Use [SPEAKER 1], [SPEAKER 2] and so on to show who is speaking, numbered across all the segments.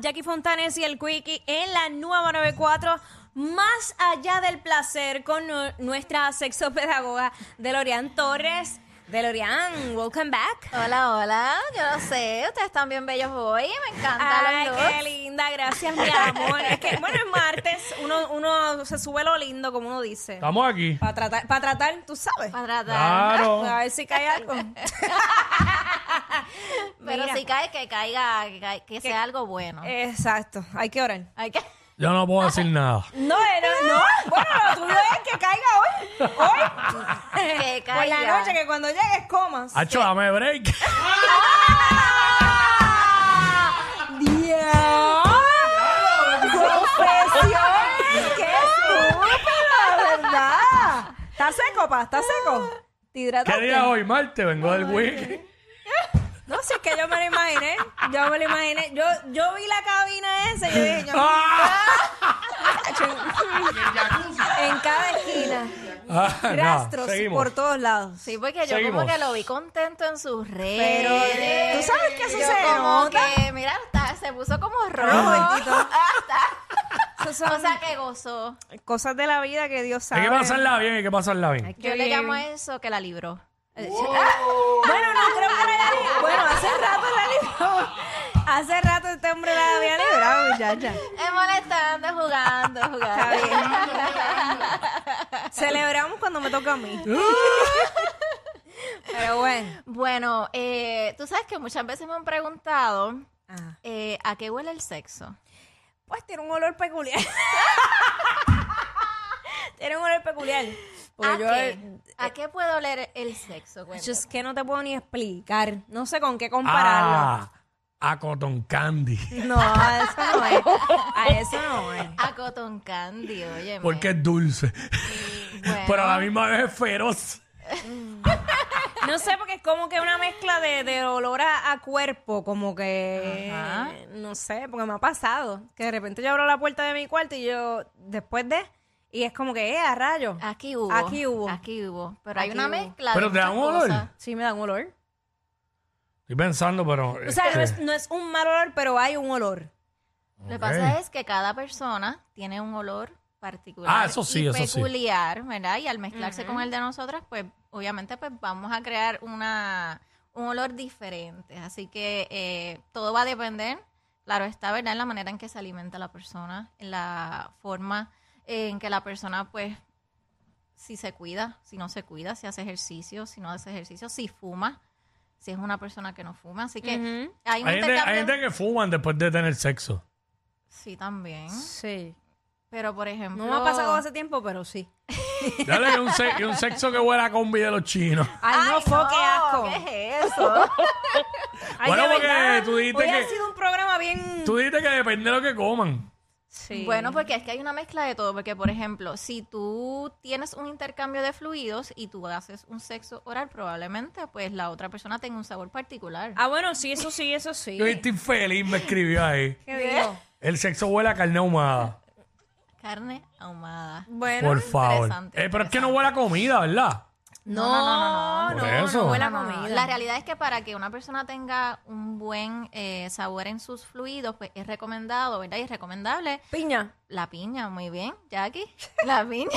[SPEAKER 1] Jackie Fontanes y el Quickie en la nueva 94. Más allá del placer con nu- nuestra sexopedagoga Delorian Torres. Delorian, welcome back.
[SPEAKER 2] Hola, hola, yo lo sé, ustedes están bien bellos hoy, me encantan
[SPEAKER 1] Ay,
[SPEAKER 2] los
[SPEAKER 1] qué
[SPEAKER 2] looks.
[SPEAKER 1] linda, gracias, mi amor. Es que, bueno, es martes, uno, uno se sube lo lindo, como uno dice.
[SPEAKER 3] Estamos aquí.
[SPEAKER 1] Para tratar, para tratar, tú sabes.
[SPEAKER 2] Para tratar.
[SPEAKER 3] Claro.
[SPEAKER 1] A ver si cae algo.
[SPEAKER 2] Pero
[SPEAKER 1] Mira. eh,
[SPEAKER 2] si cae, que caiga, que, caiga- que sea algo bueno.
[SPEAKER 1] Exacto, hay que orar.
[SPEAKER 2] Hay que...
[SPEAKER 3] Yo no puedo decir nada.
[SPEAKER 1] No, no, no. Bueno, lo tuyo es que caiga hoy. Hoy.
[SPEAKER 2] Que
[SPEAKER 1] Por la
[SPEAKER 2] caiga.
[SPEAKER 1] noche, que cuando llegues comas.
[SPEAKER 3] Hacho, dame break.
[SPEAKER 1] ¡Dios! ¡Confesiones! ¡Qué estúpido, de verdad! ¿Está seco, pa? ¿Está seco? ¿Te
[SPEAKER 3] ¿Qué día
[SPEAKER 1] hidrataste?
[SPEAKER 3] hoy? Marte, vengo del week.
[SPEAKER 1] No, si es que yo me lo imaginé. Yo me lo imaginé. Yo, yo vi la cabina esa y yo dije, yo,
[SPEAKER 3] Ah.
[SPEAKER 1] en cada esquina.
[SPEAKER 3] Ah, no,
[SPEAKER 1] Rastros
[SPEAKER 3] seguimos.
[SPEAKER 1] por todos lados.
[SPEAKER 2] Sí, porque yo
[SPEAKER 3] Seguimos.
[SPEAKER 2] como que lo vi contento en sus
[SPEAKER 1] Pero,
[SPEAKER 2] redes.
[SPEAKER 1] ¿tú sabes que eso
[SPEAKER 2] Yo
[SPEAKER 1] se
[SPEAKER 2] como
[SPEAKER 1] nota?
[SPEAKER 2] que, mira, hasta se puso como rojo.
[SPEAKER 1] Rojo, bendito.
[SPEAKER 2] Hasta-
[SPEAKER 1] Eso son-
[SPEAKER 2] o sea, que gozó.
[SPEAKER 1] Cosas de la vida que Dios sabe.
[SPEAKER 3] Hay que pasarla bien, hay que pasarla bien.
[SPEAKER 2] Yo le llamo a eso que la libró.
[SPEAKER 1] Bueno, no creo que la libró. Bueno, hace rato la libró. Hace rato este hombre la había librado, muchacha.
[SPEAKER 2] Es molestando, jugando,
[SPEAKER 1] Está
[SPEAKER 2] jugando.
[SPEAKER 1] bien. Celebramos cuando me toca a mí. Pero bueno.
[SPEAKER 2] Bueno, eh, tú sabes que muchas veces me han preguntado
[SPEAKER 1] Ajá.
[SPEAKER 2] eh, a qué huele el sexo.
[SPEAKER 1] Pues tiene un olor peculiar. tiene un olor peculiar. Porque
[SPEAKER 2] ¿A,
[SPEAKER 1] Pues yo, eh,
[SPEAKER 2] qué? ¿A qué puede oler el sexo? Cuéntame.
[SPEAKER 1] yo es que no te puedo ni explicar. No sé con qué compararlo.
[SPEAKER 3] Ah, a Cotton Candy.
[SPEAKER 1] No, a eso no es. A eso no es.
[SPEAKER 2] A cotton candy, oye.
[SPEAKER 3] Porque es dulce.
[SPEAKER 2] Bueno.
[SPEAKER 3] Pero a la misma vez es feroz.
[SPEAKER 1] No sé, porque es como que una mezcla de, de olor a, a cuerpo, como que...
[SPEAKER 2] Ajá.
[SPEAKER 1] No sé, porque me ha pasado. Que de repente yo abro la puerta de mi cuarto y yo, después de... Y es como que, eh, a rayo.
[SPEAKER 2] Aquí hubo.
[SPEAKER 1] Aquí hubo.
[SPEAKER 2] Aquí hubo. Pero hay
[SPEAKER 1] Aquí
[SPEAKER 2] una
[SPEAKER 1] hubo.
[SPEAKER 2] mezcla.
[SPEAKER 3] Pero
[SPEAKER 2] de
[SPEAKER 3] te da un
[SPEAKER 2] muchas
[SPEAKER 3] olor.
[SPEAKER 2] cosas.
[SPEAKER 1] Sí, me da un olor.
[SPEAKER 3] Eh. Estoy pensando, pero.
[SPEAKER 1] O sea, no es,
[SPEAKER 3] este,
[SPEAKER 1] no es un mal olor, pero hay un olor.
[SPEAKER 2] Lo que
[SPEAKER 3] ok.
[SPEAKER 2] pasa es que cada persona tiene un olor particular
[SPEAKER 3] Ah, eso sí,
[SPEAKER 2] y
[SPEAKER 3] eso sí.
[SPEAKER 2] peculiar, ¿verdad? Y al mezclarse con el de nosotras, pues obviamente pues vamos a crear una, un olor diferente. Así que eh, todo va a depender, claro está, ¿verdad? En la manera en que se alimenta la persona, en la forma eh, en que la persona pues si se cuida, si no se cuida, si hace ejercicio, si no hace ejercicio, si fuma, si es una persona que no fuma. Así que hay un
[SPEAKER 3] Hay gente, hay
[SPEAKER 2] intercambio-
[SPEAKER 3] gente que fuman después de tener sexo.
[SPEAKER 2] Sí, también.
[SPEAKER 1] Sí.
[SPEAKER 2] Pero por ejemplo.
[SPEAKER 1] Ah. No me ha pasado hace tiempo, pero sí.
[SPEAKER 3] Dale que un, se- que un sexo que huele a combi de los chinos.
[SPEAKER 1] Ay, no, fue, qué asco.
[SPEAKER 2] Oh, ¿Qué es eso?
[SPEAKER 1] Ay,
[SPEAKER 3] Bueno,
[SPEAKER 1] de
[SPEAKER 3] porque
[SPEAKER 1] verdad,
[SPEAKER 3] tú dijiste
[SPEAKER 1] hoy ha
[SPEAKER 3] que-
[SPEAKER 1] sido un programa bien...
[SPEAKER 3] Tú dijiste que depende de lo que coman.
[SPEAKER 1] Sí.
[SPEAKER 2] Bueno, porque es que hay una mezcla de todo. Porque, por ejemplo, si tú tienes un intercambio de fluidos y tú haces un sexo oral, probablemente pues la otra persona tenga un sabor particular.
[SPEAKER 1] Ah, bueno, sí, eso sí, eso sí.
[SPEAKER 3] Yo estoy feliz, me escribió ahí.
[SPEAKER 1] ¿Qué digo?
[SPEAKER 3] El sexo huele a carne ahumada.
[SPEAKER 2] Carne ahumada.
[SPEAKER 1] Bueno.
[SPEAKER 3] Por favor.
[SPEAKER 2] interesante,
[SPEAKER 3] Eh, pero es que no huele a comida, ¿verdad?
[SPEAKER 1] No, no, no, no,
[SPEAKER 3] Por
[SPEAKER 1] no,
[SPEAKER 3] eso.
[SPEAKER 1] huele a
[SPEAKER 2] No, no, no.
[SPEAKER 1] comida.
[SPEAKER 2] La realidad es que para que una persona tenga un buen eh, sabor en sus fluidos, pues es recomendado, ¿verdad? Y es recomendable
[SPEAKER 1] Piña.
[SPEAKER 2] la piña. Muy bien, Jackie. La piña.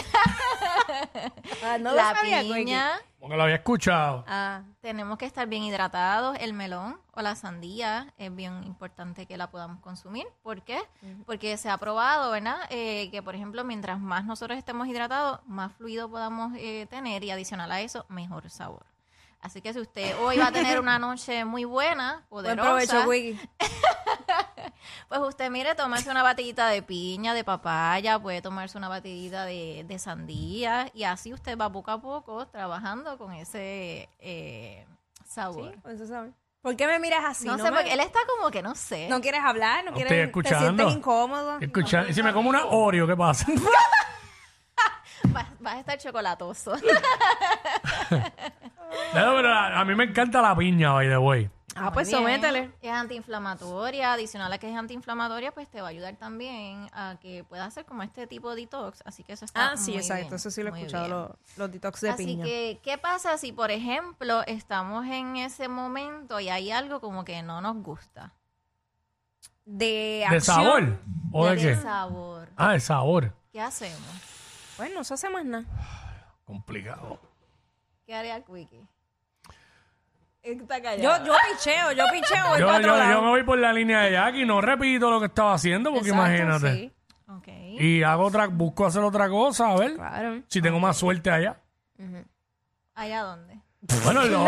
[SPEAKER 1] Ah, no
[SPEAKER 2] la
[SPEAKER 1] lo sabía, Quickie.
[SPEAKER 2] piña.
[SPEAKER 3] Porque lo había escuchado.
[SPEAKER 1] Ah,
[SPEAKER 2] Tenemos que estar bien hidratados. El melón o la sandía es bien importante que la podamos consumir. ¿Por qué? Porque se ha probado, ¿verdad? Eh, que, por ejemplo, mientras más nosotros estemos hidratados, más fluido podamos eh, tener y adicional a eso, mejor sabor. Así que si usted hoy va a tener una noche muy buena,
[SPEAKER 1] buen
[SPEAKER 2] poderosa,
[SPEAKER 1] provecho, Wiggy.
[SPEAKER 2] pues usted, mire, tomarse una batidita de piña, de papaya, puede tomarse una batidita de, de sandía y así usted va poco a poco trabajando con ese eh, sabor.
[SPEAKER 1] Eso sabe. ¿Por qué me miras así?
[SPEAKER 2] no, sé,
[SPEAKER 1] me-
[SPEAKER 2] porque él está como que no sé.
[SPEAKER 1] ¿No quieres hablar? ¿No
[SPEAKER 3] Estoy
[SPEAKER 1] quieres? ¿Te
[SPEAKER 3] escuchando.
[SPEAKER 1] sientes incómodo?
[SPEAKER 3] Escucha, y si me como una Oreo, ¿qué pasa?
[SPEAKER 2] Vas, vas a estar chocolatoso.
[SPEAKER 3] No, pero a, a mí me encanta la piña, by the way.
[SPEAKER 1] Ah, pues
[SPEAKER 2] Muy bien.
[SPEAKER 1] sométele.
[SPEAKER 2] Es antiinflamatoria, adicional a que es antiinflamatoria, pues te va a ayudar también a que puedas hacer como este tipo de detox. Así que eso está
[SPEAKER 1] Ah, sí,
[SPEAKER 2] muy
[SPEAKER 1] exacto.
[SPEAKER 2] bien,
[SPEAKER 1] Eso sí lo he
[SPEAKER 2] muy
[SPEAKER 1] escuchado,
[SPEAKER 2] bien.
[SPEAKER 1] los, los detox de
[SPEAKER 2] Así
[SPEAKER 1] piña.
[SPEAKER 2] que, ¿qué pasa si, por ejemplo, estamos en ese momento y hay algo como que no nos gusta?
[SPEAKER 1] De
[SPEAKER 3] ¿De
[SPEAKER 1] acción.
[SPEAKER 3] sabor? ¿O de qué?
[SPEAKER 2] sabor.
[SPEAKER 3] Ah, de sabor.
[SPEAKER 2] ¿Qué hacemos?
[SPEAKER 1] Pues no se hace más nada.
[SPEAKER 3] Complicado.
[SPEAKER 2] ¿Qué haría Quickie?
[SPEAKER 1] Yo, yo picheo, yo picheo. voy
[SPEAKER 3] Yo,
[SPEAKER 1] pa' otro
[SPEAKER 3] yo-
[SPEAKER 1] lado.
[SPEAKER 3] yo me voy por la línea de Jack y no repito lo que estaba haciendo, porque
[SPEAKER 1] Exacto,
[SPEAKER 3] imagínate.
[SPEAKER 1] sí,
[SPEAKER 2] Ok.
[SPEAKER 3] Y hago otra, busco hacer otra cosa, a ver
[SPEAKER 1] claro.
[SPEAKER 3] si tengo más suerte allá.
[SPEAKER 2] ¿Allá dónde?
[SPEAKER 3] Pues Bueno, en lo...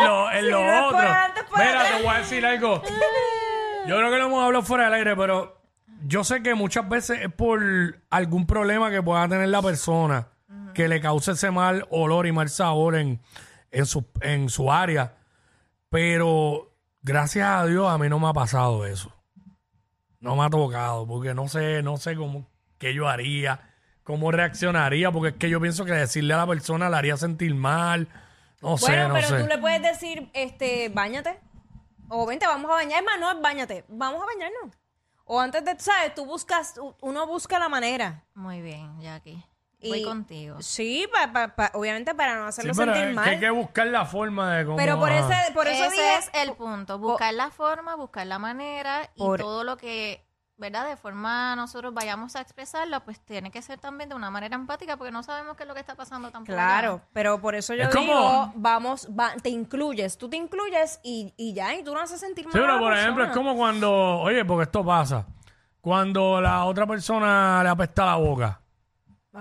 [SPEAKER 3] en lo, en
[SPEAKER 1] Sí,
[SPEAKER 3] lo
[SPEAKER 1] después,
[SPEAKER 3] otro.
[SPEAKER 1] antes, después.
[SPEAKER 3] Mira, te voy a decir algo. Yo creo que lo hemos hablado fuera del aire, pero yo sé que muchas veces es por algún problema que pueda tener la persona que le cause ese mal olor y mal sabor en, en, su, en su área. Pero gracias a Dios a mí no me ha pasado eso. No me ha tocado, porque no sé, no sé cómo qué yo haría, cómo reaccionaría, porque es que yo pienso que decirle a la persona la haría sentir mal. No sé,
[SPEAKER 1] Bueno,
[SPEAKER 3] no
[SPEAKER 1] pero
[SPEAKER 3] sé.
[SPEAKER 1] tú le puedes decir, este, bañate. O vente, vamos a bañar. Es más, no es bañate. Vamos a bañarnos. O antes de, ¿sabes? Tú buscas, u- uno busca la manera.
[SPEAKER 2] Muy bien, Jackie. Voy
[SPEAKER 1] Y-
[SPEAKER 2] contigo.
[SPEAKER 1] Sí, pa- pa- pa- obviamente para no
[SPEAKER 3] Sí,
[SPEAKER 1] hacerlo
[SPEAKER 3] pero es
[SPEAKER 1] sentir
[SPEAKER 3] que
[SPEAKER 1] mal.
[SPEAKER 3] hay que buscar la forma de cómo.
[SPEAKER 1] pero por,
[SPEAKER 3] ajá.
[SPEAKER 1] ese, por eso
[SPEAKER 2] Ese
[SPEAKER 1] dije,
[SPEAKER 2] es el punto. Buscar la forma, buscar la manera y
[SPEAKER 1] Por-
[SPEAKER 2] todo lo que, ¿verdad? De forma nosotros vayamos a expresarlo, pues tiene que ser también de una manera empática porque no sabemos qué es lo que está pasando tampoco.
[SPEAKER 1] Claro, pero por eso yo
[SPEAKER 3] Es
[SPEAKER 1] digo,
[SPEAKER 3] como-
[SPEAKER 1] vamos, va- te incluyes, tú te incluyes y, y ya, y tú no haces sentir mal.
[SPEAKER 3] Sí,
[SPEAKER 1] a
[SPEAKER 3] pero
[SPEAKER 1] la
[SPEAKER 3] por ejemplo, es
[SPEAKER 1] persona.
[SPEAKER 3] como cuando, oye, porque esto pasa, cuando la otra persona le apesta la boca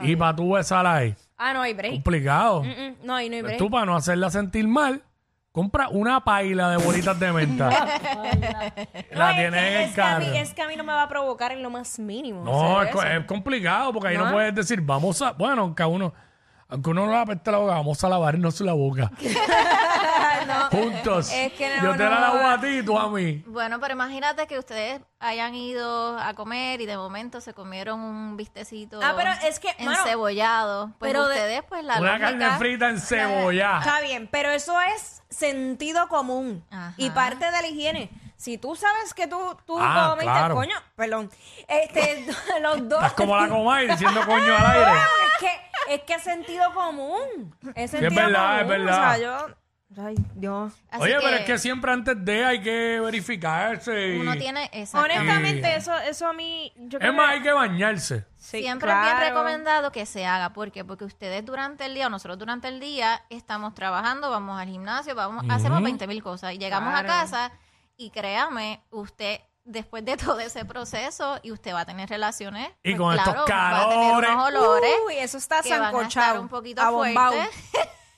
[SPEAKER 3] y para tú besarla ahí,
[SPEAKER 1] Ah, no hay break.
[SPEAKER 3] complicado.
[SPEAKER 1] Mm, No, ahí no hay
[SPEAKER 3] Pues
[SPEAKER 1] break.
[SPEAKER 3] tú para no hacerla sentir mal, compra una paila de bolitas de menta.
[SPEAKER 1] No,
[SPEAKER 3] la
[SPEAKER 1] es
[SPEAKER 3] tienes
[SPEAKER 1] que-
[SPEAKER 3] en el
[SPEAKER 1] es que a mí-
[SPEAKER 3] carro.
[SPEAKER 1] es que a mí no me va a provocar en lo más mínimo.
[SPEAKER 3] No,
[SPEAKER 1] hacer
[SPEAKER 3] es, co-
[SPEAKER 1] eso.
[SPEAKER 3] es complicado porque ahí no.
[SPEAKER 1] No.
[SPEAKER 3] puedes decir, vamos a. Bueno, aunque a uno. Aunque uno no le apeste la boca, vamos a lavarnos la boca.
[SPEAKER 1] No,
[SPEAKER 3] Juntos.
[SPEAKER 1] Es que no,
[SPEAKER 3] Yo te la
[SPEAKER 1] no.
[SPEAKER 3] lavo a ti y tú a mí.
[SPEAKER 2] Bueno, pero imagínate que ustedes hayan ido a comer y de momento se comieron un bistecito
[SPEAKER 1] Ah, pero es que, mano,
[SPEAKER 2] encebollado. Pues
[SPEAKER 1] pero de-
[SPEAKER 2] ustedes, pues la
[SPEAKER 3] Una
[SPEAKER 2] lógica-
[SPEAKER 3] carne frita en cebolla.
[SPEAKER 1] Está bien, pero eso es sentido común
[SPEAKER 2] Ajá.
[SPEAKER 1] y parte de la higiene. Si tú sabes que tú, tú
[SPEAKER 3] Ah,
[SPEAKER 1] comiste,
[SPEAKER 3] claro.
[SPEAKER 1] coño, perdón, este, los dos.
[SPEAKER 3] Estás como la comay diciendo coño al aire.
[SPEAKER 1] Es que es que es sentido común. Es
[SPEAKER 3] es
[SPEAKER 1] sentido
[SPEAKER 3] verdad,
[SPEAKER 1] común.
[SPEAKER 3] es verdad.
[SPEAKER 1] O sea, yo. Ay, Dios.
[SPEAKER 2] Así
[SPEAKER 3] Oye, pero es que siempre antes de hay que verificarse. y-
[SPEAKER 2] uno tiene esa
[SPEAKER 1] Honestamente, eso, eso a mí. Yo creo
[SPEAKER 3] Es más,
[SPEAKER 1] que-
[SPEAKER 3] hay que bañarse.
[SPEAKER 1] Sí,
[SPEAKER 2] Siempre es bien
[SPEAKER 1] claro.
[SPEAKER 2] recomendado que se haga. ¿Por qué? Porque ustedes durante el día, o nosotros durante el día, estamos trabajando, vamos al gimnasio, vamos, hacemos 20 mil cosas. Y llegamos
[SPEAKER 1] Claro.
[SPEAKER 2] a casa y créame, usted, después de todo ese proceso, y usted va a tener relaciones. pues
[SPEAKER 3] Y con estos
[SPEAKER 2] Va a tener unos
[SPEAKER 3] calores.
[SPEAKER 2] olores.
[SPEAKER 1] Uy, eso está
[SPEAKER 2] que van a estar
[SPEAKER 1] sancochado.
[SPEAKER 2] un poquito
[SPEAKER 1] abombao.
[SPEAKER 2] fuertes.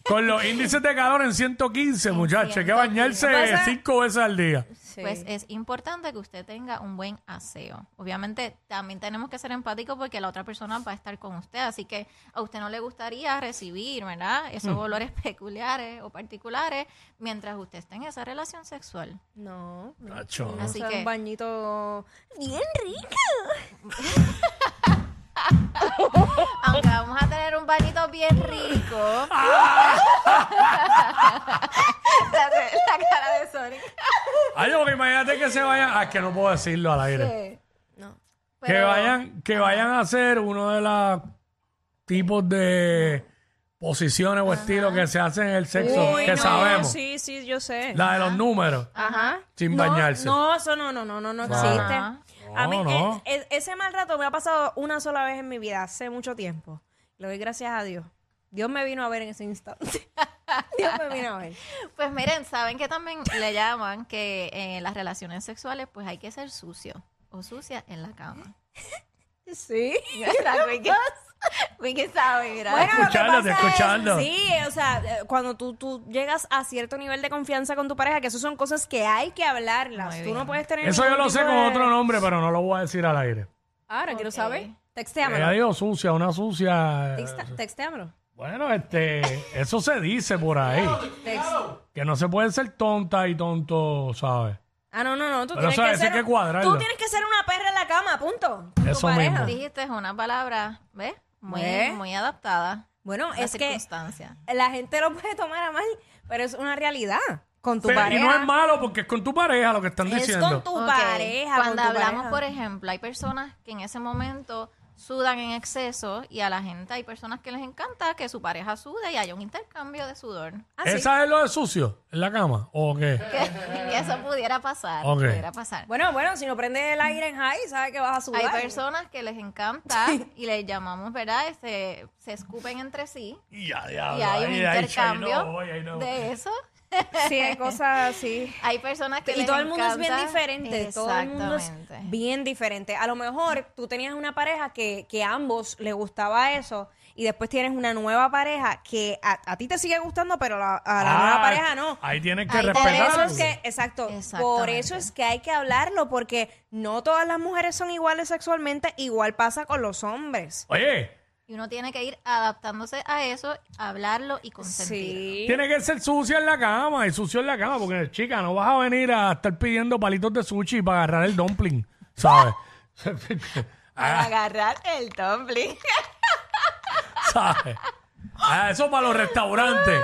[SPEAKER 3] Con los índices de calor en 115, muchachos. Hay que
[SPEAKER 2] 115.
[SPEAKER 3] bañarse
[SPEAKER 1] Pasa-
[SPEAKER 3] cinco veces al día.
[SPEAKER 1] Sí.
[SPEAKER 2] Pues es importante que usted tenga un buen aseo. Obviamente también tenemos que ser empáticos porque la otra persona va a estar con usted, así que a usted no le gustaría recibir, ¿verdad? Esos
[SPEAKER 1] Hmm.
[SPEAKER 2] olores peculiares o particulares mientras usted esté en esa relación sexual.
[SPEAKER 1] No. no.
[SPEAKER 3] Nacho, no.
[SPEAKER 2] Así
[SPEAKER 1] O sea,
[SPEAKER 2] que-
[SPEAKER 1] un bañito bien rico.
[SPEAKER 2] Aunque vamos a tener un bañito bien rico.
[SPEAKER 1] Ah,
[SPEAKER 2] la, la cara de Sonic.
[SPEAKER 3] Ay, porque imagínate que se vayan. Ah, es que no puedo decirlo al aire.
[SPEAKER 1] No.
[SPEAKER 3] que
[SPEAKER 2] Pero-
[SPEAKER 3] vayan, que vayan a hacer uno de los tipos de posiciones o estilos que se hacen en el sexo,
[SPEAKER 1] Uy,
[SPEAKER 3] que
[SPEAKER 1] no,
[SPEAKER 3] sabemos.
[SPEAKER 1] Sí, sí, yo sé.
[SPEAKER 3] La de los números,
[SPEAKER 1] Ajá.
[SPEAKER 3] sin
[SPEAKER 1] No,
[SPEAKER 3] bañarse.
[SPEAKER 1] No, eso no, no, no, no, no
[SPEAKER 3] No.
[SPEAKER 1] existe.
[SPEAKER 2] Ajá.
[SPEAKER 1] A mí,
[SPEAKER 3] No, no.
[SPEAKER 1] e- e- ese mal rato me ha pasado una sola vez en mi vida, hace mucho tiempo. Le doy gracias a Dios. Dios me vino a ver en ese instante. Dios me vino a ver.
[SPEAKER 2] Pues miren, saben que también le llaman que en las relaciones sexuales pues hay que ser sucio o sucia en la cama.
[SPEAKER 1] Sí.
[SPEAKER 2] Vicky, Vicky sabe, mira.
[SPEAKER 1] Bueno, lo que
[SPEAKER 3] Escuchando,
[SPEAKER 1] pasa
[SPEAKER 3] te
[SPEAKER 1] es-
[SPEAKER 3] escuchando.
[SPEAKER 1] sí, o sea, eh, cuando tú, tú llegas a cierto nivel de confianza con tu pareja, que eso son cosas que hay que hablarlas.
[SPEAKER 2] Muy
[SPEAKER 1] tú no
[SPEAKER 2] bien.
[SPEAKER 1] puedes tener.
[SPEAKER 3] Eso yo
[SPEAKER 1] ningún
[SPEAKER 3] lo sé
[SPEAKER 1] tipo
[SPEAKER 3] con
[SPEAKER 1] de-
[SPEAKER 3] otro nombre, pero no lo voy a decir al aire.
[SPEAKER 1] Ahora quiero
[SPEAKER 2] Ok.
[SPEAKER 1] saber.
[SPEAKER 3] Ella
[SPEAKER 1] Textéamelo.
[SPEAKER 3] dijo sucia, una sucia. eh,
[SPEAKER 1] Texta- textéamelo.
[SPEAKER 3] Bueno, este, eso se dice por ahí. Que no se puede ser tonta y tonto, ¿sabes?
[SPEAKER 1] Ah, no, no, no. Tú
[SPEAKER 3] Pero
[SPEAKER 1] tienes
[SPEAKER 3] eso-
[SPEAKER 1] que
[SPEAKER 3] eso
[SPEAKER 1] ser.
[SPEAKER 3] hay que cuadrarlo.
[SPEAKER 1] tú tienes que ser una perra en la cama, punto.
[SPEAKER 3] Eso
[SPEAKER 1] pareja.
[SPEAKER 3] mismo.
[SPEAKER 2] Dijiste una palabra, ¿ves? Muy,
[SPEAKER 1] ¿Ves?
[SPEAKER 2] muy adaptada
[SPEAKER 1] Bueno,
[SPEAKER 2] a la
[SPEAKER 1] es que
[SPEAKER 2] circunstancia.
[SPEAKER 1] la gente lo puede tomar a mal, pero es una realidad. Con tu
[SPEAKER 3] Pero-
[SPEAKER 1] pareja.
[SPEAKER 3] y no es malo porque es con tu pareja lo que están
[SPEAKER 1] es
[SPEAKER 3] diciendo.
[SPEAKER 1] con tu
[SPEAKER 2] Ok,
[SPEAKER 1] pareja. con
[SPEAKER 2] Cuando
[SPEAKER 1] tu
[SPEAKER 2] hablamos,
[SPEAKER 1] pareja.
[SPEAKER 2] por ejemplo, hay personas que en ese momento sudan en exceso y a la gente hay personas que les encanta que su pareja sude y haya un intercambio de sudor.
[SPEAKER 1] Ah, sí.
[SPEAKER 3] ¿Esa es lo de sucio? ¿En la cama? ¿O qué?
[SPEAKER 2] Que, que eso pudiera pasar.
[SPEAKER 3] Ok.
[SPEAKER 2] Pudiera pasar.
[SPEAKER 1] Bueno, bueno, si no prendes el aire en high, sabes que vas a sudar.
[SPEAKER 2] Hay personas que les encanta y les llamamos, ¿verdad? Este, se escupen entre sí
[SPEAKER 3] Y ya,
[SPEAKER 2] y
[SPEAKER 3] diablo,
[SPEAKER 2] hay un
[SPEAKER 3] ahí, ahí,
[SPEAKER 2] intercambio
[SPEAKER 3] ahí no voy, ahí no voy.
[SPEAKER 2] de eso.
[SPEAKER 1] Sí, hay cosas así.
[SPEAKER 2] Hay personas que
[SPEAKER 1] Y
[SPEAKER 2] les
[SPEAKER 1] todo el mundo es bien
[SPEAKER 2] encanta-
[SPEAKER 1] diferente. Todo el mundo es
[SPEAKER 2] Exactamente.
[SPEAKER 1] bien diferente. A lo mejor tú tenías una pareja que, que a ambos le gustaba eso y después tienes una nueva pareja que a, a ti te sigue gustando, pero la- a la
[SPEAKER 3] Ah,
[SPEAKER 1] nueva pareja no.
[SPEAKER 3] Ahí tienes que
[SPEAKER 2] Ahí
[SPEAKER 1] Por
[SPEAKER 3] respetar.
[SPEAKER 1] eso es que, exacto, por
[SPEAKER 2] Exactamente.
[SPEAKER 1] eso es que hay que hablarlo, porque no todas las mujeres son iguales sexualmente, igual pasa con los hombres.
[SPEAKER 3] Oye,
[SPEAKER 2] Y uno tiene que ir adaptándose a eso, hablarlo y consentirlo.
[SPEAKER 1] Sí.
[SPEAKER 3] tiene que ser sucia en la cama y sucio en la cama porque, chica, no vas a venir a estar pidiendo palitos de sushi para agarrar el dumpling, ¿sabes?
[SPEAKER 2] Para
[SPEAKER 3] Ah,
[SPEAKER 2] Agarrar el tumbling.
[SPEAKER 3] ¿sabes? Ah, eso para los restaurantes.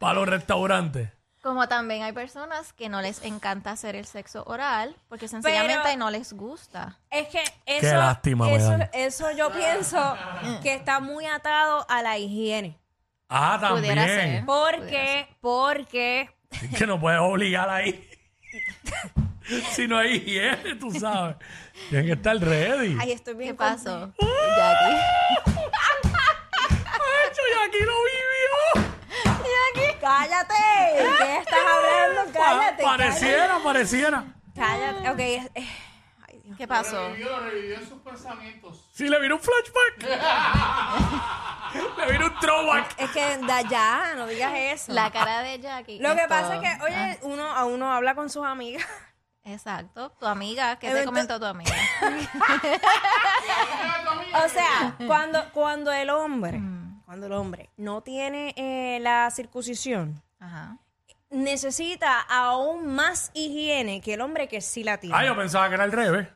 [SPEAKER 3] Para los restaurantes.
[SPEAKER 2] Como también hay personas que no les encanta hacer el sexo oral porque sencillamente
[SPEAKER 1] Pero-
[SPEAKER 2] no les gusta.
[SPEAKER 1] Es que eso,
[SPEAKER 3] lástima me
[SPEAKER 1] eso,
[SPEAKER 3] dan.
[SPEAKER 1] eso yo pienso que está muy atado a la higiene.
[SPEAKER 3] Ah,
[SPEAKER 2] Pudiera
[SPEAKER 3] también.
[SPEAKER 1] Porque, porque,
[SPEAKER 3] Es que no puedes obligar ahí. si no hay higiene, tú sabes. Tienen que estar ready.
[SPEAKER 1] ay, estoy bien.
[SPEAKER 2] ¿Qué
[SPEAKER 1] con-
[SPEAKER 2] pasó? Jackie.
[SPEAKER 3] Macho, y aquí lo vivió.
[SPEAKER 1] Cállate, ¿qué estás hablando? Cállate.
[SPEAKER 3] Pa- pareciera, pareciera.
[SPEAKER 1] Cállate. cállate. Ok, es- eh,
[SPEAKER 2] ¿Qué pasó?
[SPEAKER 4] Revivió, revivió sus pensamientos.
[SPEAKER 3] Sí, le vino un flashback. le vino un throwback.
[SPEAKER 1] es que da ya, no digas eso.
[SPEAKER 2] La cara de Jackie.
[SPEAKER 1] Lo que pasa
[SPEAKER 2] todo. Ah.
[SPEAKER 1] es que, oye, uno a uno habla con sus amigas.
[SPEAKER 2] Exacto. Tu amiga, ¿qué te
[SPEAKER 1] Evento-
[SPEAKER 2] comentó tu amiga?
[SPEAKER 1] O sea, cuando, cuando el hombre,
[SPEAKER 2] Mm.
[SPEAKER 1] cuando el hombre no tiene eh, la circuncisión,
[SPEAKER 2] Ajá.
[SPEAKER 1] necesita aún más higiene que el hombre que sí la tiene.
[SPEAKER 3] Ah, yo pensaba que era al revés.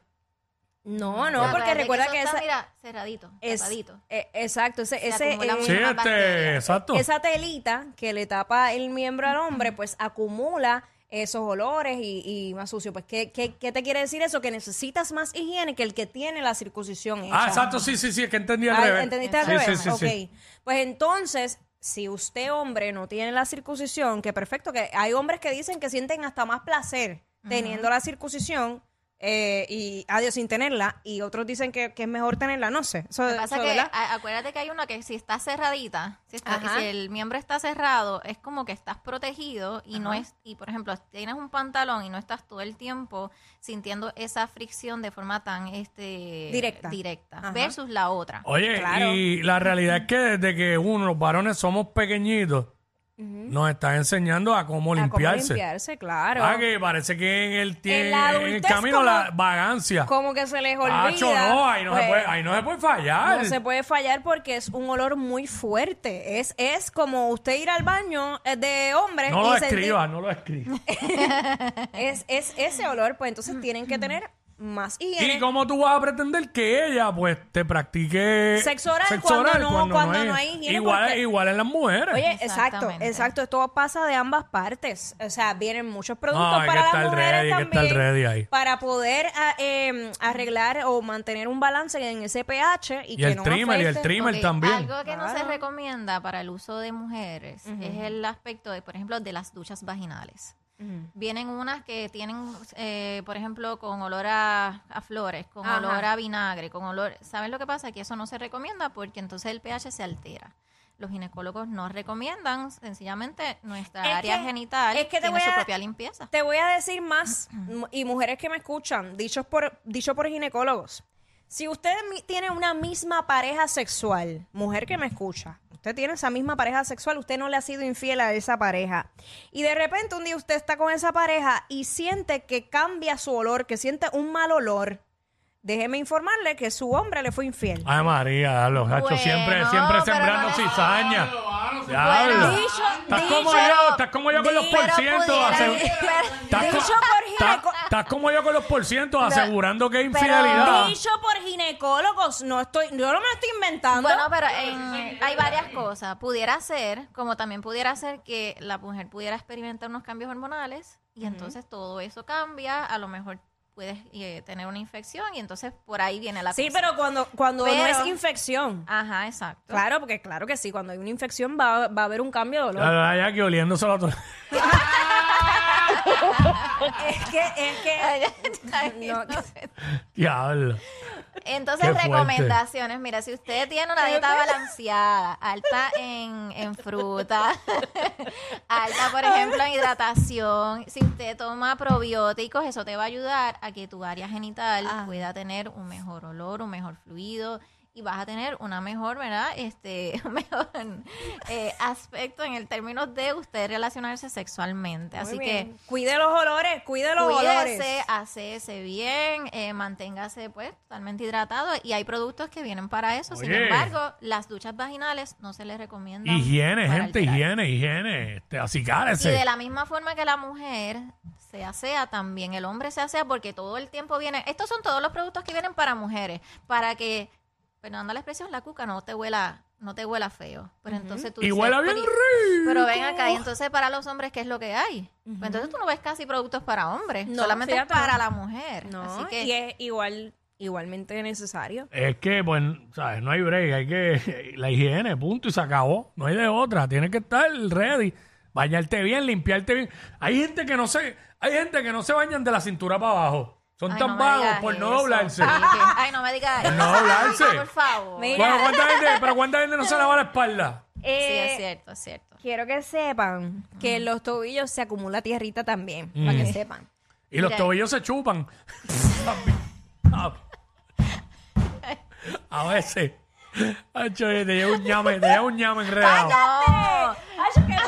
[SPEAKER 1] no, no,
[SPEAKER 2] Acuérdate
[SPEAKER 1] porque recuerda
[SPEAKER 2] eso
[SPEAKER 1] que
[SPEAKER 2] está,
[SPEAKER 1] esa
[SPEAKER 2] Mira, cerradito,
[SPEAKER 1] es-
[SPEAKER 2] cerradito.
[SPEAKER 1] eh, exacto, ese, ese,
[SPEAKER 2] acumula
[SPEAKER 1] eh,
[SPEAKER 2] mucho.
[SPEAKER 3] Sí,
[SPEAKER 2] Una
[SPEAKER 3] este,
[SPEAKER 2] bacteria.
[SPEAKER 3] exacto.
[SPEAKER 1] esa telita que le tapa el miembro al hombre, pues acumula esos olores y, y más sucio. Pues, ¿qué, qué, qué te quiere decir eso? Que necesitas más higiene que el que tiene la circuncisión hecha.
[SPEAKER 3] Ah, exacto, sí, sí, sí, es que entendí al
[SPEAKER 1] Ah,
[SPEAKER 3] revés.
[SPEAKER 1] ¿Entendiste al
[SPEAKER 3] sí,
[SPEAKER 1] revés?
[SPEAKER 3] Sí, sí, sí.
[SPEAKER 1] Ok. Pues entonces, si usted, hombre, no tiene la circuncisión, que perfecto, que hay hombres que dicen que sienten hasta más placer teniendo la circuncisión eh, y adiós sin tenerla, y otros dicen que, que es mejor tenerla, no sé. Eso,
[SPEAKER 2] Lo que pasa
[SPEAKER 1] eso,
[SPEAKER 2] que
[SPEAKER 1] ¿verdad?
[SPEAKER 2] a- acuérdate que hay una que si está cerradita, si, está-
[SPEAKER 1] Ajá.
[SPEAKER 2] si el miembro está cerrado, es como que estás protegido y no es, y por ejemplo, tienes un pantalón y no estás todo el tiempo sintiendo esa fricción de forma tan este
[SPEAKER 1] Directa.
[SPEAKER 2] directa
[SPEAKER 1] Ajá.
[SPEAKER 2] versus la otra.
[SPEAKER 3] Oye,
[SPEAKER 1] Claro.
[SPEAKER 3] y la realidad es que desde que uno, los varones, somos pequeñitos, nos están enseñando a cómo
[SPEAKER 1] A cómo
[SPEAKER 3] limpiarse.
[SPEAKER 1] limpiarse, claro.
[SPEAKER 3] Ah, que parece que en el, tie-
[SPEAKER 1] En la
[SPEAKER 3] en el
[SPEAKER 1] adultez
[SPEAKER 3] camino
[SPEAKER 1] como-
[SPEAKER 3] la vagancia.
[SPEAKER 1] Como que se les olvida.
[SPEAKER 3] Macho, no, ahí no, se
[SPEAKER 1] pues,
[SPEAKER 3] puede, ahí no se puede fallar.
[SPEAKER 1] No se puede fallar porque es un olor muy fuerte. Es, es como usted ir al baño eh, de hombre
[SPEAKER 3] No lo
[SPEAKER 1] y sentir-
[SPEAKER 3] escribas, no lo escribas.
[SPEAKER 1] es, es ese olor, pues entonces tienen que tener más higiene.
[SPEAKER 3] ¿Y cómo tú vas a pretender que ella, pues, te practique
[SPEAKER 1] Sexo oral cuando no- cuando no hay higiene,
[SPEAKER 3] Igual,
[SPEAKER 1] porque-
[SPEAKER 3] igual en las mujeres.
[SPEAKER 1] Oye, exacto,
[SPEAKER 2] Exactamente.
[SPEAKER 1] exacto. Esto pasa de ambas partes. O sea, vienen muchos productos
[SPEAKER 3] No, hay que
[SPEAKER 1] para
[SPEAKER 3] estar
[SPEAKER 1] las mujeres
[SPEAKER 3] ready, hay que estar
[SPEAKER 1] también.
[SPEAKER 3] ready ahí.
[SPEAKER 1] Para poder ah, eh, arreglar o mantener un balance en ese pH y,
[SPEAKER 3] y
[SPEAKER 1] que
[SPEAKER 3] el
[SPEAKER 1] no
[SPEAKER 3] trimmer, y el
[SPEAKER 1] afecte.
[SPEAKER 3] trimmer
[SPEAKER 2] Ok,
[SPEAKER 3] también.
[SPEAKER 2] Algo que no se
[SPEAKER 1] Claro.
[SPEAKER 2] recomienda para el uso de mujeres es el aspecto de, por ejemplo, de las duchas vaginales. Vienen unas que tienen, eh, por ejemplo, con olor a, a flores, con
[SPEAKER 1] Ajá.
[SPEAKER 2] olor a vinagre, con olor... ¿Sabes lo que pasa? Que eso no se recomienda porque entonces el pH se altera. Los ginecólogos no recomiendan, sencillamente, nuestra
[SPEAKER 1] Es
[SPEAKER 2] área
[SPEAKER 1] que-
[SPEAKER 2] genital
[SPEAKER 1] es que te
[SPEAKER 2] tiene
[SPEAKER 1] voy
[SPEAKER 2] su
[SPEAKER 1] a-
[SPEAKER 2] propia limpieza.
[SPEAKER 1] Te voy a decir más, m- y mujeres que me escuchan, dichos por, dicho por ginecólogos. Si usted mi- tiene una misma pareja sexual, mujer que me escucha, usted tiene esa misma pareja sexual, usted no le ha sido infiel a esa pareja. Y de repente un día usted está con esa pareja y siente que cambia su olor, que siente un mal olor. déjeme informarle que su hombre le fue infiel.
[SPEAKER 3] Ay, María, los hachos
[SPEAKER 2] Bueno,
[SPEAKER 3] siempre, siempre
[SPEAKER 2] pero no
[SPEAKER 3] sembrando
[SPEAKER 2] le-
[SPEAKER 3] cizaña. Diablo.
[SPEAKER 2] Bueno, dicho-
[SPEAKER 3] Estás
[SPEAKER 2] dicho-
[SPEAKER 3] como yo, estás como yo con los
[SPEAKER 2] dicho
[SPEAKER 3] porcientos.
[SPEAKER 2] pudiera-
[SPEAKER 3] asegu-
[SPEAKER 1] pero-
[SPEAKER 3] Estás co-
[SPEAKER 1] dicho por
[SPEAKER 3] estás-
[SPEAKER 1] gineco-
[SPEAKER 3] Estás como yo con los porcientos asegurando que es
[SPEAKER 2] pero
[SPEAKER 3] infidelidad.
[SPEAKER 1] Dicho por ginecólogos, no estoy, yo no me lo estoy inventando.
[SPEAKER 2] Bueno, pero
[SPEAKER 1] Ah,
[SPEAKER 2] en- hay varias cosas. Pudiera ser, como también pudiera ser que la mujer pudiera experimentar unos cambios hormonales y entonces todo eso cambia. A lo mejor puedes eh, tener una infección y entonces por ahí viene la
[SPEAKER 1] sí,
[SPEAKER 2] cosa.
[SPEAKER 1] pero cuando, cuando no
[SPEAKER 2] Pero-
[SPEAKER 1] es infección.
[SPEAKER 2] Ajá, exacto.
[SPEAKER 1] Claro, porque claro que sí, cuando hay una infección va, va a haber un cambio de
[SPEAKER 3] La
[SPEAKER 1] dolor.
[SPEAKER 3] verdad, ya que oliéndose la otra.
[SPEAKER 1] es que, es que,
[SPEAKER 2] Ay,
[SPEAKER 1] No,
[SPEAKER 2] no.
[SPEAKER 3] Diablo.
[SPEAKER 2] Entonces,
[SPEAKER 3] Qué fuerte.
[SPEAKER 2] recomendaciones. Mira, si usted tiene una dieta balanceada, alta en, en fruta, alta, por ejemplo, en hidratación, si usted toma probióticos, eso te va a ayudar a que tu área genital
[SPEAKER 1] Ah.
[SPEAKER 2] pueda tener un mejor olor, un mejor fluido y vas a tener una mejor, ¿verdad? Este, un mejor eh, aspecto en el término de usted relacionarse sexualmente. Así
[SPEAKER 1] Muy
[SPEAKER 2] que
[SPEAKER 1] bien. cuide los olores, cuide los
[SPEAKER 2] cuídese,
[SPEAKER 1] olores. hacese
[SPEAKER 2] bien, eh, manténgase pues totalmente hidratado y hay productos que vienen para eso. Sin
[SPEAKER 3] Oye.
[SPEAKER 2] embargo, las duchas vaginales no se les recomienda.
[SPEAKER 3] Higiene, gente, higiene, higiene. Este,
[SPEAKER 2] Y de
[SPEAKER 3] acicárese.
[SPEAKER 2] la misma forma que la mujer se asea, también el hombre se asea porque todo el tiempo viene. Estos son todos los productos que vienen para mujeres, para que, perdonando la expresión, la cuca no te huela, no te huela feo. Pero entonces tú
[SPEAKER 3] Y
[SPEAKER 2] dices,
[SPEAKER 3] huela bien
[SPEAKER 2] "Pero- Pero ven acá, y entonces para los hombres, ¿qué es lo que hay? Pues entonces tú no ves casi productos para hombres,
[SPEAKER 1] No,
[SPEAKER 2] solamente
[SPEAKER 1] fíjate.
[SPEAKER 2] para la mujer.
[SPEAKER 1] No,
[SPEAKER 2] Así que
[SPEAKER 1] y es igual, igualmente necesario.
[SPEAKER 3] Es que, pues, ¿sabes? No hay break. Hay que. La higiene, punto, y se acabó. No hay de otra. Tienes que estar ready. Bañarte bien, limpiarte bien. Hay gente que no se. Hay gente que no se bañan de la cintura para abajo. Son
[SPEAKER 2] Ay,
[SPEAKER 3] tan
[SPEAKER 2] no me
[SPEAKER 3] vagos
[SPEAKER 2] digas
[SPEAKER 3] por no
[SPEAKER 2] eso,
[SPEAKER 3] doblarse.
[SPEAKER 2] Pipe. Ay, no me digas eso.
[SPEAKER 3] no doblarse.
[SPEAKER 2] Por favor.
[SPEAKER 1] Mira.
[SPEAKER 3] Bueno, ¿cuánta gente, pero ¿cuánta gente no se lava la espalda?
[SPEAKER 2] Sí, es cierto, es cierto.
[SPEAKER 1] Eh, Quiero que sepan que en los tobillos se acumula tierrita también,
[SPEAKER 3] Mm.
[SPEAKER 1] para que sepan.
[SPEAKER 3] Y los
[SPEAKER 2] Mira.
[SPEAKER 3] tobillos se chupan. A- A veces. Ay, chévere, te lleva un ñame, te lleva un ñame enredado.
[SPEAKER 2] No.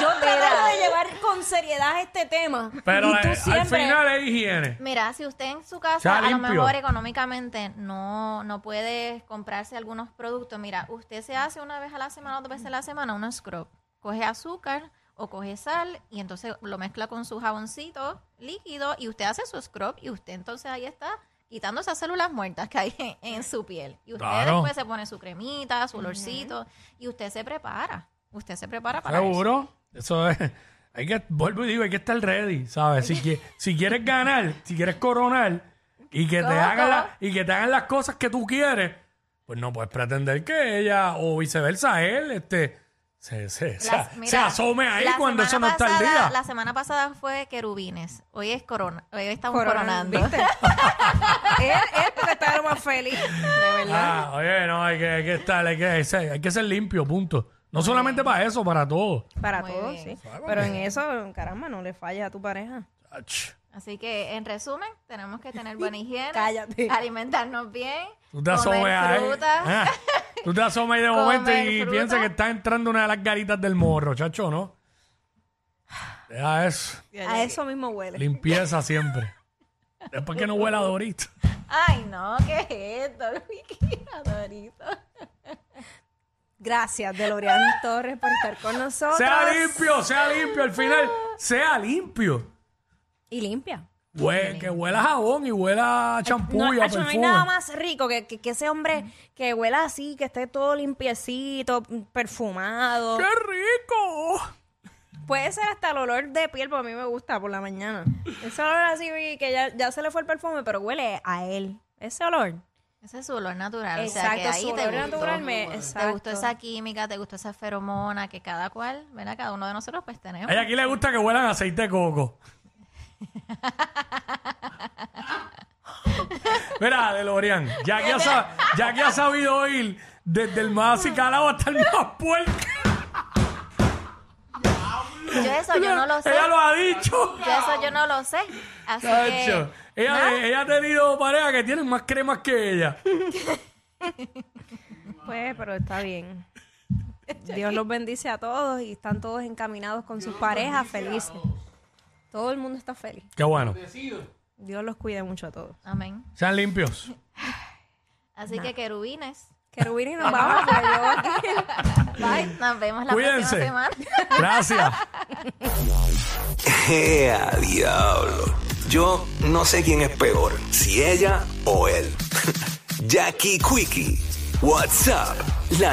[SPEAKER 1] Yo trato de llevar con seriedad este tema.
[SPEAKER 3] Pero
[SPEAKER 1] y tú
[SPEAKER 3] eh, al
[SPEAKER 1] siempre-
[SPEAKER 3] final es higiene.
[SPEAKER 2] Mira, si usted en su
[SPEAKER 3] Pues, Sea
[SPEAKER 2] casa a lo
[SPEAKER 3] limpio.
[SPEAKER 2] mejor económicamente no, no puede comprarse algunos productos, mira, usted se hace una vez a la semana o dos veces a la semana un scrub. Coge azúcar o coge sal y entonces lo mezcla con su jaboncito líquido y usted hace su scrub y usted entonces ahí está quitando esas células muertas que hay en, en su piel. Y usted
[SPEAKER 3] Claro.
[SPEAKER 2] después se pone su cremita, su olorcito y usted se prepara. Usted se prepara para eso.
[SPEAKER 3] Seguro. Eso es. Hay que, vuelvo y digo, hay que estar ready, ¿sabes? Si, qui- si quieres ganar, si quieres coronar y que, te
[SPEAKER 2] ¿Cómo,
[SPEAKER 3] hagan
[SPEAKER 2] cómo?
[SPEAKER 3] la- y que te hagan las cosas que tú quieres, pues no puedes pretender que ella o viceversa él este, se, se, se-
[SPEAKER 2] La-
[SPEAKER 3] se
[SPEAKER 2] mira,
[SPEAKER 3] asome ahí
[SPEAKER 2] la
[SPEAKER 3] cuando eso no
[SPEAKER 2] semana
[SPEAKER 3] está al
[SPEAKER 2] pasada-
[SPEAKER 3] día.
[SPEAKER 2] La semana pasada fue querubines. Hoy es corona. Hoy estamos
[SPEAKER 1] Corona,
[SPEAKER 2] coronando.
[SPEAKER 1] ¿viste? él, él porque está lo más feliz, de verdad.
[SPEAKER 3] Ah, oye, no, hay que, hay que estar, hay que, ser, hay que ser limpio, punto. No solamente para eso, para todo.
[SPEAKER 1] Para
[SPEAKER 2] Muy
[SPEAKER 1] todos,
[SPEAKER 2] bien.
[SPEAKER 1] sí. Pero en eso, caramba, no le falles a tu pareja.
[SPEAKER 3] Ach,
[SPEAKER 2] Así que, en resumen, tenemos que tener buena higiene.
[SPEAKER 1] Cállate.
[SPEAKER 2] Alimentarnos bien.
[SPEAKER 3] Tú te asomes
[SPEAKER 2] comer
[SPEAKER 3] ahí.
[SPEAKER 2] frutas.
[SPEAKER 3] Ah, tú te asomes ahí de momento y
[SPEAKER 2] fruta.
[SPEAKER 3] piensas que está entrando una de las garitas del morro, chacho, ¿no? Deja eso.
[SPEAKER 1] A eso mismo huele.
[SPEAKER 3] Limpieza siempre. Después que no huela a Dorito.
[SPEAKER 2] Ay, no, ¿qué es esto? Vicky? Adorito.
[SPEAKER 1] Gracias, Delorian Torres, por estar con nosotros.
[SPEAKER 3] Sea limpio, sea limpio al final. Sea limpio.
[SPEAKER 1] Y limpia.
[SPEAKER 3] Hue- que huela a jabón y huela a champú
[SPEAKER 1] Eh, No,
[SPEAKER 3] y a
[SPEAKER 1] Nacho, no hay
[SPEAKER 3] perfume.
[SPEAKER 1] nada más rico que, que- que ese hombre que huela así, que esté todo limpiecito, perfumado.
[SPEAKER 3] ¡Qué rico!
[SPEAKER 1] Puede ser hasta el olor de piel, porque a mí me gusta por la mañana. Ese olor así vi que ya, ya se le fue el perfume, pero huele a él. Ese olor.
[SPEAKER 2] Ese es su olor natural. o sea, que
[SPEAKER 1] Exacto,
[SPEAKER 2] ahí
[SPEAKER 1] su
[SPEAKER 2] te
[SPEAKER 1] olor
[SPEAKER 2] gustó.
[SPEAKER 1] natural me-
[SPEAKER 2] Te gustó
[SPEAKER 1] exacto.
[SPEAKER 2] esa química, te gustó esa feromona que cada cual, ¿verdad? Cada uno de nosotros pues tenemos.
[SPEAKER 3] A ella aquí le gusta que huelan a aceite de coco. Mira, DeLorean, ya que, ha, sab- ya que ha sabido oír desde el más acicalado hasta el más puerco.
[SPEAKER 2] Yo eso yo no lo sé.
[SPEAKER 3] Ella lo ha dicho.
[SPEAKER 2] Yo eso yo no lo sé. ¿Ah? Así que,
[SPEAKER 3] Chacho, Ella, ella ha tenido parejas que tienen más cremas que ella.
[SPEAKER 1] Pues, pero está bien. Dios los bendice a todos y están todos encaminados con sus parejas felices. Todo el mundo está feliz.
[SPEAKER 3] Qué bueno.
[SPEAKER 1] Dios los cuide mucho a todos.
[SPEAKER 2] Amén.
[SPEAKER 3] Sean limpios.
[SPEAKER 2] Así que querubines.
[SPEAKER 1] Querubini, nos vamos. porque yo aquí-
[SPEAKER 2] Bye. Nos vemos la
[SPEAKER 3] Cuídense.
[SPEAKER 2] próxima semana.
[SPEAKER 3] Gracias.
[SPEAKER 5] ¡Ea, diablo! Yo no sé quién es peor, si ella o él. Jackie Quickie, WhatsApp, la